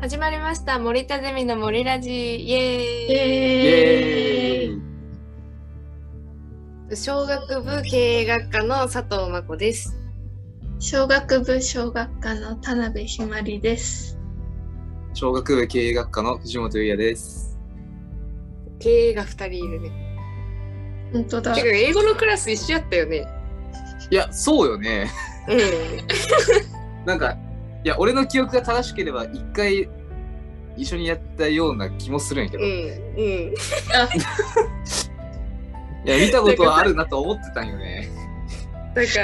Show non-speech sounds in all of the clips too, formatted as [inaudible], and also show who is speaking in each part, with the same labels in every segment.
Speaker 1: 始まりました森田ゼミの森ラジイエーイ
Speaker 2: イ
Speaker 3: エ
Speaker 2: ーイ
Speaker 3: ー
Speaker 1: 小学部経営学科の佐藤真子です
Speaker 2: 小学部小学科の田辺ひまりです。
Speaker 3: イ小学部経営学科の藤本優也です。
Speaker 1: 経営が2人いるね
Speaker 2: 本当だ
Speaker 1: て。か英語のクラス一緒やったよね
Speaker 3: いや、そうよね。 [laughs]
Speaker 1: うん
Speaker 3: なんか、いや、俺の記憶が正しければ、一回一緒にやったような気もするんやけど、
Speaker 1: うんう
Speaker 3: い
Speaker 1: ん
Speaker 3: や、見たことはあるなと思ってたんよね。 [laughs]
Speaker 1: なんか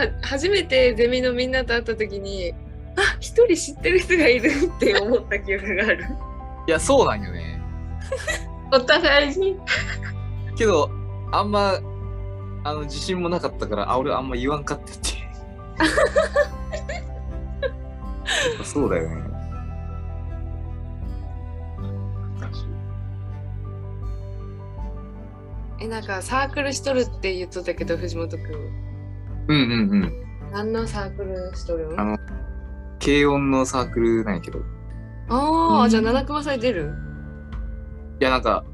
Speaker 1: は初めてゼミのみんなと会った時にあ一人知ってる人がいるって思った記憶がある
Speaker 3: いや、そうなんよね。
Speaker 2: お互いに。
Speaker 3: けど、あんま、あの、自信もなかったから、あ、俺あんま言わんかったっていう。
Speaker 2: [laughs]
Speaker 3: やっぱそうだよね。
Speaker 1: [laughs] えなんかサークルしとるって言っとったけど藤本くん
Speaker 3: うんうんうん。
Speaker 1: 何のサークルしとるん
Speaker 3: あの軽音のサークルなんやけど。
Speaker 1: あ
Speaker 2: う
Speaker 1: あ
Speaker 2: ん
Speaker 1: じゃあ七熊祭出る
Speaker 3: いやなんか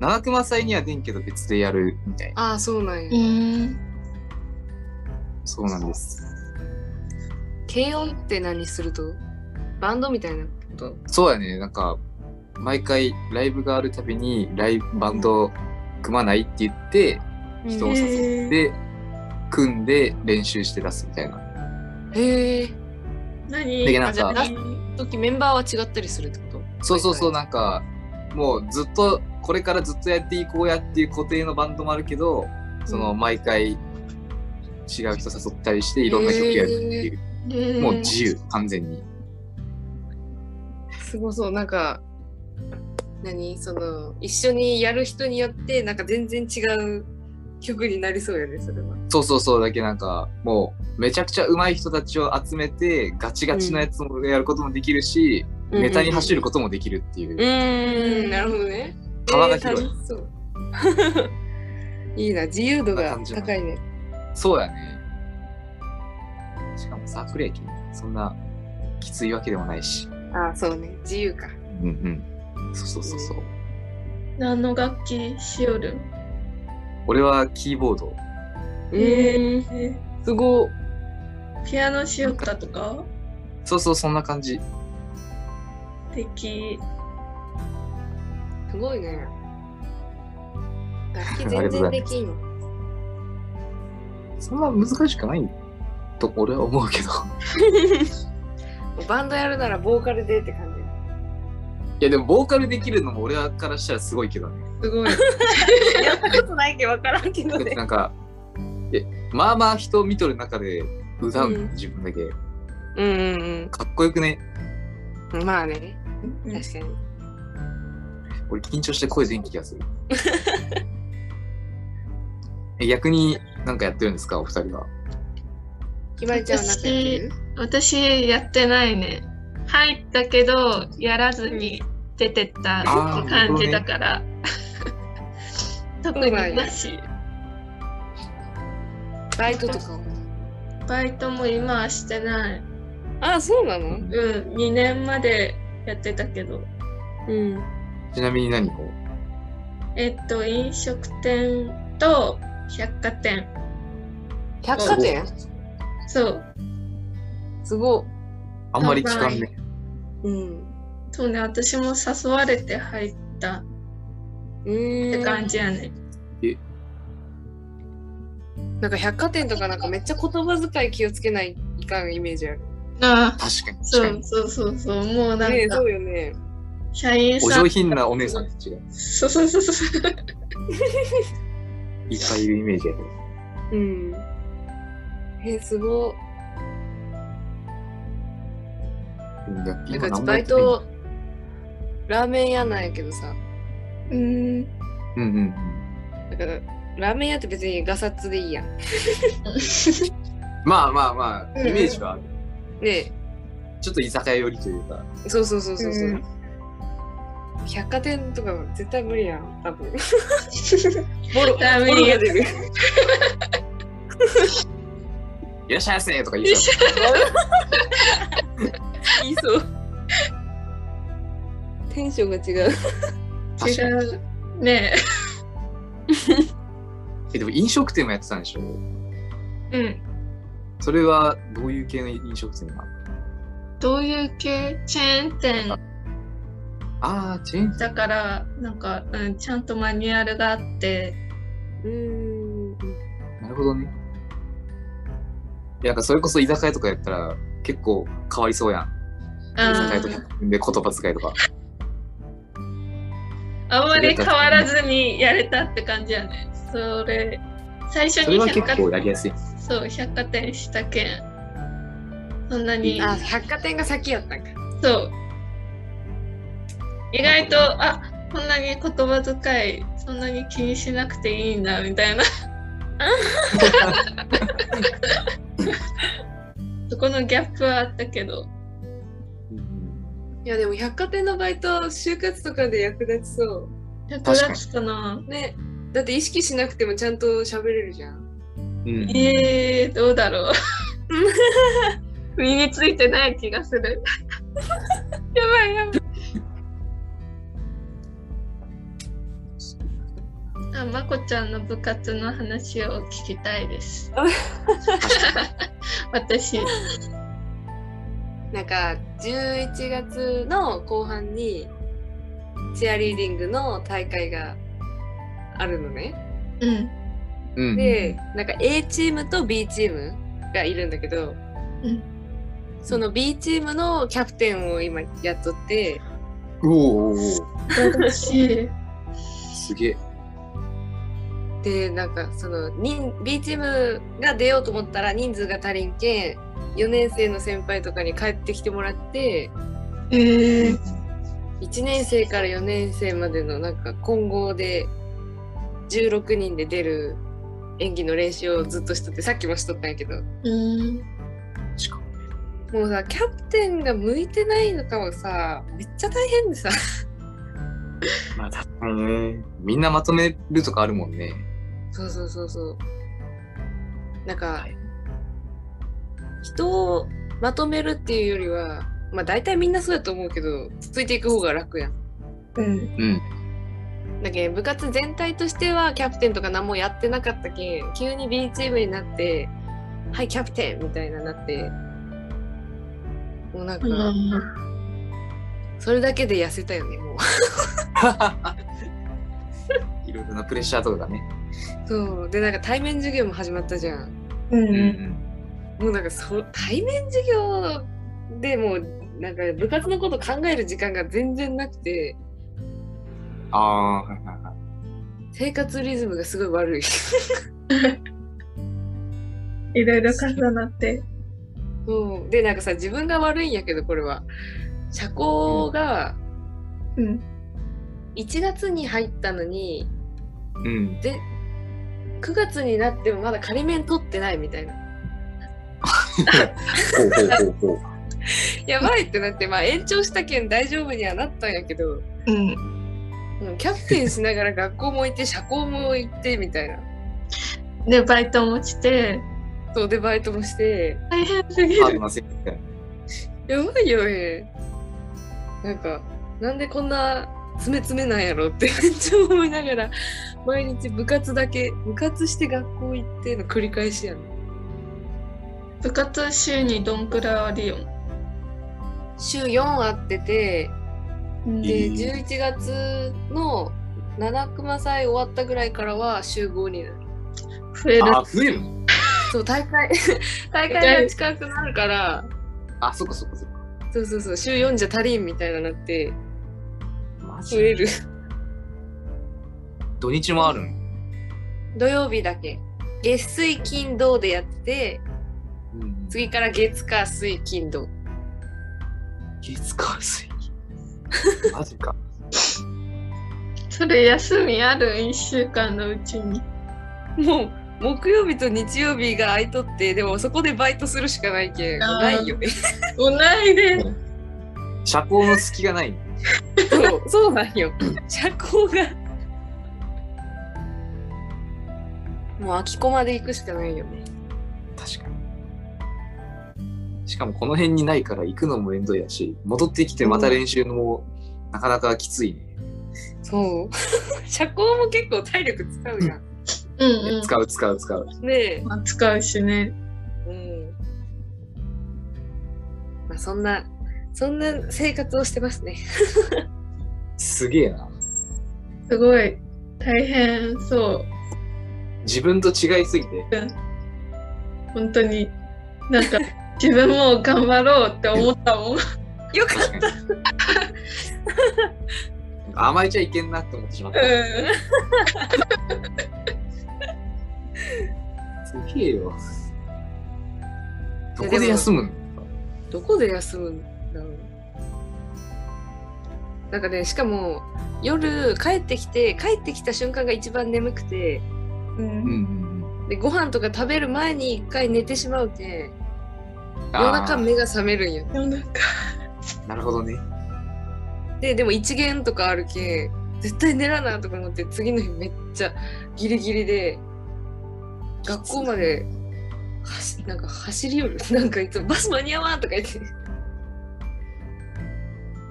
Speaker 3: 七熊祭には出んけど別でやるみたいな
Speaker 1: ああそうなんや
Speaker 2: うん。
Speaker 3: そうなんです
Speaker 1: 軽音って何するとバンドみたいなこと
Speaker 3: そうやねなんか毎回ライブがあるたびにライブバンド組まないって言って人を誘って組んで練習して出すみたいな
Speaker 1: へえ
Speaker 2: 何
Speaker 3: だけど
Speaker 2: あ
Speaker 3: なんか
Speaker 2: じゃあ
Speaker 1: 出す時メンバーは違ったりするってこと
Speaker 3: そうそうそう
Speaker 1: 毎
Speaker 3: なんかもうずっとこれからずっとやっていこうやっていう固定のバンドもあるけどその毎回違う人誘ったりしていろんな曲やるっていう、
Speaker 2: えー
Speaker 3: もう自由完全に
Speaker 1: 回すごそうなんか何その一緒にやる人によってなんか全然違う曲になりそうよねそれは
Speaker 3: そうそうそうだけなんかもうめちゃくちゃ上手い人たちを集めてガチガチのやつもやることもできるし、ネタに走ることもできるっていう、
Speaker 1: うーんなるほどね
Speaker 3: 幅が広い
Speaker 1: えー楽しそう [laughs] いいな自由度が高いね
Speaker 3: そうやねしかもサークル駅そんなきついわけでもないし
Speaker 1: ああそうね自由か
Speaker 3: うんうんそうそうそうそう
Speaker 2: 何の楽器しよる。
Speaker 3: 俺はキーボード
Speaker 1: えー、
Speaker 2: え
Speaker 1: すご
Speaker 2: ピアノしよったとか。
Speaker 3: そうそうそんな感じ
Speaker 2: 敵。
Speaker 1: すごいね楽器全然で
Speaker 3: ありがとうございます
Speaker 1: きんの
Speaker 3: そんな難しくないと俺は思うけど
Speaker 1: もうバンドやるならボーカルでって感じ
Speaker 3: いやでもボーカルできるのも俺らからしたらすごいけどね
Speaker 2: すごい。
Speaker 1: やったことないけど分からんけど
Speaker 3: だって
Speaker 1: ね。
Speaker 3: なんかえまあまあ人見とる中で歌うんだよ、
Speaker 1: うん
Speaker 3: 自分だけ
Speaker 1: うんうん
Speaker 3: かっこよくね
Speaker 1: うん。まあね、確かに。
Speaker 3: 俺緊張して声出ん気が [laughs] するえ逆に何かやってるんですかお二人は
Speaker 1: ひまりちゃんはなんかやってる
Speaker 2: [laughs] 私やってないね。入ったけどやらずに出てった
Speaker 3: あー
Speaker 2: 感じだから。 [laughs] 特になし。
Speaker 1: バイトとかも。
Speaker 2: バイトも今はしてない。
Speaker 1: あ、そうなの
Speaker 2: うん、2年までやってたけど。
Speaker 1: うん。
Speaker 3: ちなみに何を
Speaker 2: えっと、飲食店と百貨店。
Speaker 1: 百貨店
Speaker 2: そう。
Speaker 1: すご
Speaker 3: あんまり聞かんね
Speaker 1: い。うん。
Speaker 2: そうね、私も誘われて入った
Speaker 1: う
Speaker 2: って
Speaker 1: ーん。
Speaker 2: 感じやね。
Speaker 1: なんか百貨店とかなんかめっちゃ言葉遣い気をつけないいかんイメージある。
Speaker 2: ああ。
Speaker 3: 確かに確
Speaker 2: そ
Speaker 3: か
Speaker 2: う
Speaker 3: に
Speaker 2: そうそうそう。もうなん
Speaker 1: ねえ
Speaker 2: か、
Speaker 1: そうよね。
Speaker 2: 社員
Speaker 3: お
Speaker 2: さん。
Speaker 3: 上品なお姉さんたちが
Speaker 2: そうそうそうそう。
Speaker 3: いっぱいいるイメージやけど
Speaker 1: うん。えー、すご
Speaker 3: うんだって
Speaker 1: い。
Speaker 3: 今
Speaker 1: なんか
Speaker 3: 何も
Speaker 1: バ
Speaker 3: や
Speaker 1: イ
Speaker 3: ってない
Speaker 1: ト、ラーメン屋なんやけどさ。
Speaker 2: うん。
Speaker 3: うんうんうん
Speaker 1: だからラーメン屋って別にガサツでいいやん。
Speaker 3: まあまあまあ
Speaker 2: うん
Speaker 3: イメージはある、
Speaker 1: ね
Speaker 3: ちょっと居酒屋寄りというか
Speaker 1: えそうそうそうそうそう。
Speaker 2: うん
Speaker 1: 百貨店とかは絶対無理やん、多 [laughs] 分。ボロ
Speaker 2: ダメ
Speaker 1: ボロが出る。
Speaker 3: いらっしゃいませとか
Speaker 2: 一
Speaker 3: 言いそ
Speaker 2: 緒
Speaker 3: う。
Speaker 1: 言いそう。テンションが違う。
Speaker 3: 確
Speaker 2: [laughs] 違
Speaker 3: かに
Speaker 2: う。ね
Speaker 3: えでも飲食店もやってたんでしょ
Speaker 2: え。うん。
Speaker 3: それはどういう系の飲食店なの
Speaker 2: どういう系チェーン店
Speaker 3: ああ、チェーン
Speaker 2: だから、なんか、うん、ちゃんとマニュアルがあって、
Speaker 1: うーん。
Speaker 3: なるほどね。いやなんかそれこそ居酒屋とかやったら結構変わりそうやん。
Speaker 2: う
Speaker 3: 居酒屋と
Speaker 2: ん、
Speaker 3: かで言葉遣い
Speaker 2: [laughs]
Speaker 3: とか。
Speaker 2: あんまり変わらずにやれたって感じやね。それ、最初
Speaker 3: それ
Speaker 2: に
Speaker 3: は結構やりやすい。
Speaker 2: そう、百貨店したけん。そんなに、
Speaker 1: あ、百貨店が先やったんか。
Speaker 2: そう。意外と、あ、こんなに言葉遣い、そんなに気にしなくていいんだ、みた
Speaker 3: [laughs]
Speaker 2: いな。 [laughs] そこのギャップはあったけど。
Speaker 3: うん
Speaker 1: いやでも百貨店のバイト就活とかで役立ちそ
Speaker 2: 役
Speaker 3: 確かに
Speaker 2: 立つかな
Speaker 1: うねだって意識しなくてもちゃんと喋れるじゃん
Speaker 3: うん
Speaker 2: えー、どうだろう。 [laughs] 身についてない気がする。やばいやばい。あ、まこちゃんの部活の話を聞きたい [laughs] です。私、
Speaker 1: なんか11月の後半にチアリーディングの大会があるのね
Speaker 2: うん、
Speaker 3: うん。
Speaker 1: でなんか A チームと B チームがいるんだけど、
Speaker 2: うん
Speaker 1: その B チームのキャプテンを今やっとって
Speaker 3: おおおうおう
Speaker 2: 私、
Speaker 3: すげえ。
Speaker 1: でなんかその人 B チームが出ようと思ったら人数が足りんけん4年生の先輩とかに帰ってきてもらって
Speaker 2: えー、
Speaker 1: 1年生から4年生までのなんか混合で16人で出る演技の練習をずっとしとってさっきもしとったんやけど
Speaker 2: うん、
Speaker 3: しかも
Speaker 1: もうさキャプテンが向いてないのかはさめっちゃ大変でさ
Speaker 3: まあ確かにね。みんなまとめるとかあるもんね。
Speaker 1: そうそうそうそうなんか、人をまとめるっていうよりはまあ大体みんなそうやと思うけどつついていく方が楽やん
Speaker 2: うん、
Speaker 3: うん。
Speaker 1: だけん部活全体としてはキャプテンとか何もやってなかったけん急に B チームになって「はいキャプテン!」みたいななってもうなんか、
Speaker 2: うん、
Speaker 1: それだけで痩せたよねもう [laughs]
Speaker 3: いろいろなプレッシャーとかがね。
Speaker 1: そうでなんか対面授業も始まったじゃん
Speaker 2: う、
Speaker 3: うんん。
Speaker 1: もうなんかそ対面授業でもうなんか部活のこと考える時間が全然なくて
Speaker 3: ああ、はいはいはい。
Speaker 1: 生活リズムがすごい悪い [laughs]
Speaker 2: いろいろ重なって、
Speaker 1: そうでなんかさ自分が悪いんやけどこれは社交が
Speaker 2: うん、
Speaker 1: 1月に入ったのに、
Speaker 3: うん。
Speaker 1: で9月になってもまだ仮面取ってないみたいな [laughs]
Speaker 2: [laughs]
Speaker 3: ほうほうほうほ
Speaker 1: やばいってなってまあ延長したけん大丈夫にはなったんやけど
Speaker 2: うん、
Speaker 1: うんキャプテンしながら学校も行って社交も行ってみたいな
Speaker 2: で、バイトもして、
Speaker 1: そうでバイトもして
Speaker 2: 大変すぎ
Speaker 3: う。あり
Speaker 2: る。
Speaker 3: ませんみたいな。
Speaker 1: やばいよねなんかなんでこんな詰め詰めなんやろってめっちゃ思いながら毎日部活だけ部活して学校行っての繰り返しやね
Speaker 2: 部活週にどんくらいあるよ。
Speaker 1: 週4あってて
Speaker 2: うん
Speaker 1: で
Speaker 3: えー
Speaker 1: 11月の七熊祭終わったぐらいからは週5になる
Speaker 2: 増える。
Speaker 3: あ、増える
Speaker 1: そう大 [laughs] 会大会が近くなるから
Speaker 3: あ、そっかそっかそっか。
Speaker 1: そうそうそう週4じゃ足りんみたいななって
Speaker 3: マ
Speaker 1: 増え
Speaker 3: ジ
Speaker 1: [laughs] る
Speaker 3: 土日もあるの
Speaker 1: 土曜日だけ月水金土でやってて
Speaker 3: うん
Speaker 1: 次から月火水金土
Speaker 3: 月火水。 [laughs] マジか。
Speaker 2: それ休みある1週間のうちに。
Speaker 1: もう木曜日と日曜日が空いとってでもそこでバイトするしかないけん
Speaker 2: あー
Speaker 1: ないよね
Speaker 2: もうないで。
Speaker 3: 社交の隙がないね。
Speaker 1: そうそうなんよ [laughs] 社交がもう空き子まで行くしかないよね
Speaker 3: 確かに。しかもこの辺にないから行くのも面倒やし、戻ってきてまた練習もなかなかきついね。
Speaker 1: そう [laughs] 社交も結構体力使うやん
Speaker 2: うんうん。
Speaker 3: 使う使う使う。
Speaker 1: ねえ
Speaker 2: まあ使うしね。
Speaker 1: うんまあそんなそんな生活をしてますね
Speaker 3: すげえな。
Speaker 2: すごい大変そう。
Speaker 3: 自分と違いすぎて。
Speaker 2: 本当になんか [laughs] 自分も頑張ろうって思ったもん。
Speaker 1: よかっ
Speaker 3: 確かに甘えちゃいけんなって思ってしまった。
Speaker 2: う
Speaker 3: すげえよ。どこで休むの
Speaker 1: たどこで休むんだろうなんかねしかも夜帰ってきて帰ってきた瞬間が一番眠くて
Speaker 3: うん
Speaker 2: ん。
Speaker 3: うん
Speaker 1: でご飯とか食べる前に一回寝てしまうけん
Speaker 3: うん。
Speaker 1: 夜中
Speaker 3: あー
Speaker 1: 目が覚めるんよ
Speaker 2: なんか
Speaker 3: なるほどね。
Speaker 1: ででも一限とかあるけん絶対寝らなとか思って次の日めっちゃギリギリで学校まで走なんか走り寄るなんかいつもバス間に合わんとか言って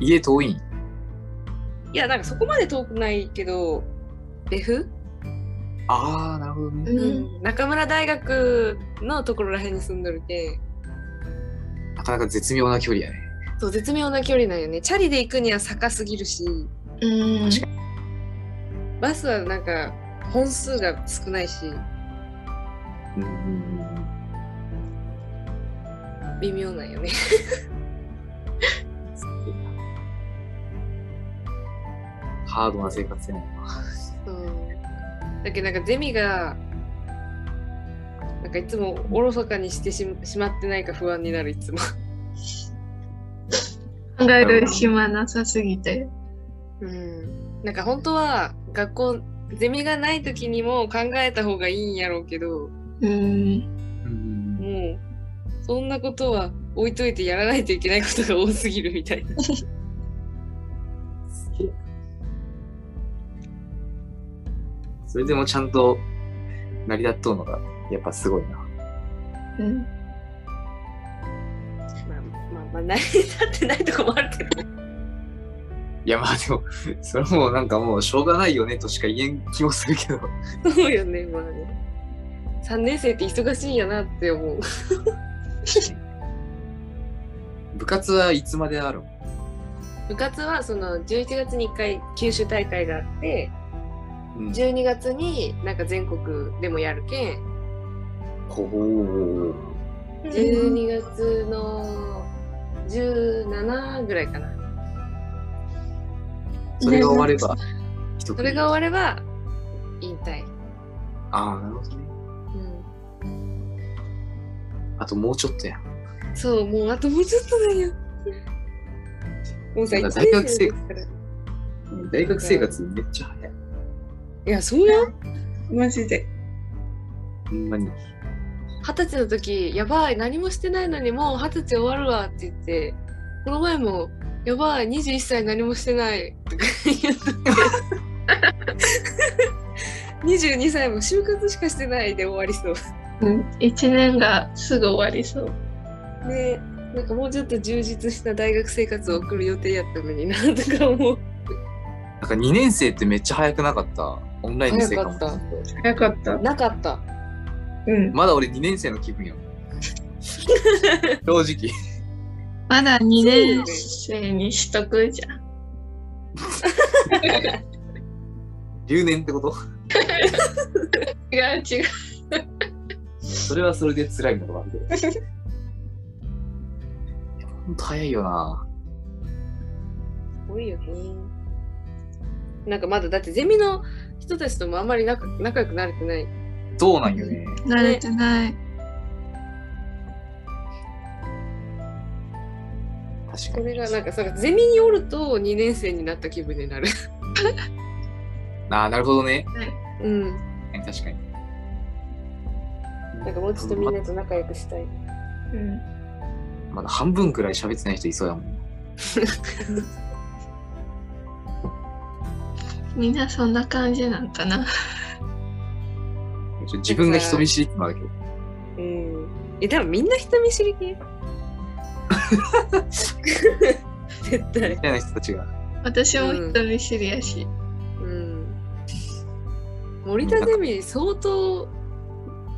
Speaker 3: 家遠いん
Speaker 1: いやなんかそこまで遠くないけど別府、
Speaker 3: ああ、なるほどね。
Speaker 2: うん。
Speaker 1: 中村大学のところらへんに住んどるけん
Speaker 3: なかなか絶妙な距離やね。
Speaker 1: そう絶妙な距離なんよねチャリで行くには坂すぎるし
Speaker 2: うん。
Speaker 1: バスはなんか本数が少ないし
Speaker 3: うんうんうん
Speaker 1: 微妙なんよね
Speaker 3: ハードな生活やね。
Speaker 1: そうだけどなんかゼミがなんかいつもおろそかにしてししまってないか不安になるいつも
Speaker 2: 考える暇なさすぎて。
Speaker 1: うんなんか本当は学校ゼミがない時にも考えた方がいいんやろうけど
Speaker 2: うん。
Speaker 3: うん
Speaker 1: もうそんなことは置いといてやらないといけないことが多すぎるみたいな
Speaker 3: それでもちゃんと成り立っとうのがやっぱすごいな。
Speaker 2: うん。
Speaker 1: まあまあまあ成り立ってないとこもあるけど
Speaker 3: いやまあでも、それはもうなんかもうしょうがないよねとしか言えん気もするけど。
Speaker 1: そうよね、まあね。3年生って忙しいんやなって思う。
Speaker 3: 部活はいつまであるの
Speaker 1: 部活はその11月に1回九州大会があって、
Speaker 3: うん
Speaker 1: 12月になんか全国でもやるけん、
Speaker 3: ほほ
Speaker 1: 12月の17ぐらいかな。
Speaker 3: それが終われば、一区切り
Speaker 1: それが終われば引退。
Speaker 3: ああ、なるほどね。
Speaker 1: う
Speaker 3: あともうちょっとや。
Speaker 1: ん、そう、もうあともうちょっとだよ。もうさ、
Speaker 3: なんか
Speaker 1: 一
Speaker 3: 大
Speaker 1: で
Speaker 3: 学生
Speaker 1: すからい
Speaker 3: 大学生活めっちゃ早い。
Speaker 1: や、そうや。
Speaker 2: マジで。
Speaker 3: ほんまに。
Speaker 1: 二十歳の時やばい何もしてないのにもう二十歳終わるわって言ってこの前もやばい21歳何もしてないとか言ったけど22歳も就活しかしてないで終わりそう
Speaker 2: うん。一年がすぐ終わりそう。
Speaker 1: ねなんかもうちょっと充実した大学生活を送る予定やったのになとか思う
Speaker 3: なんか2年生ってめっちゃ早くなかった。オンラインの生活も
Speaker 1: 早かっ
Speaker 2: 早かった。
Speaker 1: なかった
Speaker 2: うん。
Speaker 3: まだ俺2年生の気分やもん。正直。
Speaker 2: まだ2年生にしとくじゃん。
Speaker 3: 留年ってこと
Speaker 2: 違う違う。
Speaker 3: それはそれで辛いのがあるけど。ほんと早いよな。
Speaker 1: 多いよねなんかまだだってゼミの人たちともあんまり仲仲良くなれてない
Speaker 3: どうなんよね。
Speaker 2: 慣れてない。
Speaker 3: 確か
Speaker 1: そ
Speaker 3: に。
Speaker 1: れがなんかそのゼミにおると2年生になった気分になる。
Speaker 3: ああ、なるほどね。
Speaker 1: うん。
Speaker 3: 確かに。
Speaker 1: なんかもうちょっとみんなと仲良くしたい。
Speaker 2: うん。
Speaker 3: まだ半分くらい喋ってない人いそうやもん。
Speaker 2: みんなそんな感じなんかな。
Speaker 3: ちょ自分が人見知りってのもあるけど。
Speaker 1: うん。え、でもみんな人見知り系絶対
Speaker 3: み。たいな人たちが。
Speaker 2: 私も人見知りやし。
Speaker 1: うん。森田ゼミ、相当、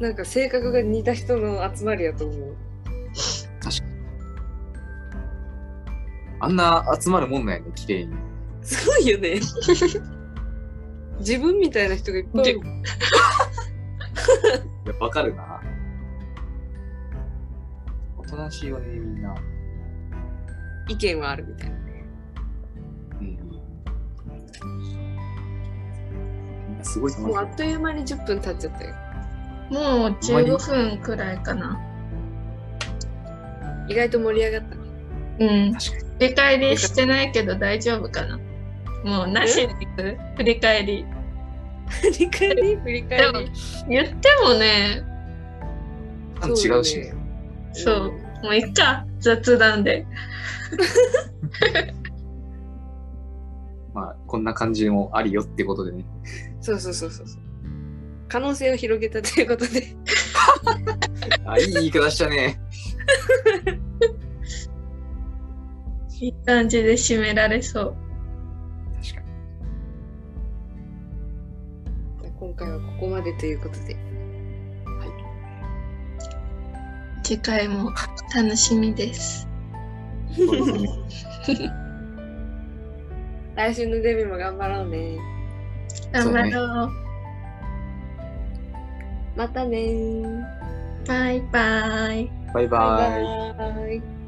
Speaker 1: なんか性格が似た人の集まりやと思う。
Speaker 3: あんな集まるもんなんやね、綺麗に。
Speaker 1: すごいよね。 [laughs] 自分みたいな人がいっぱいいるもん。
Speaker 3: いやわかるな。おとなしいよね、みんな。
Speaker 1: 意見はあるみたいな。
Speaker 3: うん。みんなすごい楽し
Speaker 1: もうあっという間に10分経っちゃったよ。
Speaker 2: もう
Speaker 3: ほんまに
Speaker 2: 15分くらいかな。
Speaker 1: 意外と盛り上がった
Speaker 3: [laughs]
Speaker 1: ね。
Speaker 2: うん。
Speaker 3: 確か
Speaker 2: 振り返りしてないけど大丈夫かな。もうなしでいく振り返り。
Speaker 1: 振り返り振り返
Speaker 2: でも
Speaker 1: り。
Speaker 2: 言ってもね、
Speaker 3: に。違うしね。
Speaker 2: そう
Speaker 1: よね。
Speaker 2: もういっか、雑談で。
Speaker 3: まあ、こんな感じもありよってことでね。
Speaker 1: そうそうそうそうそう。可能性を広げたということで。 [laughs]
Speaker 3: あ、いい言い方したね。
Speaker 2: いい感じで締められそう。
Speaker 3: 確かに。
Speaker 1: じゃあ今回はここまでということで。
Speaker 2: 次回も楽しみです。
Speaker 3: そうですね
Speaker 1: 来週のデビューも頑張ろうね。
Speaker 2: 頑張ろう。
Speaker 1: またねー。
Speaker 2: バイバイ。
Speaker 3: バイバイ。
Speaker 1: バイバイ。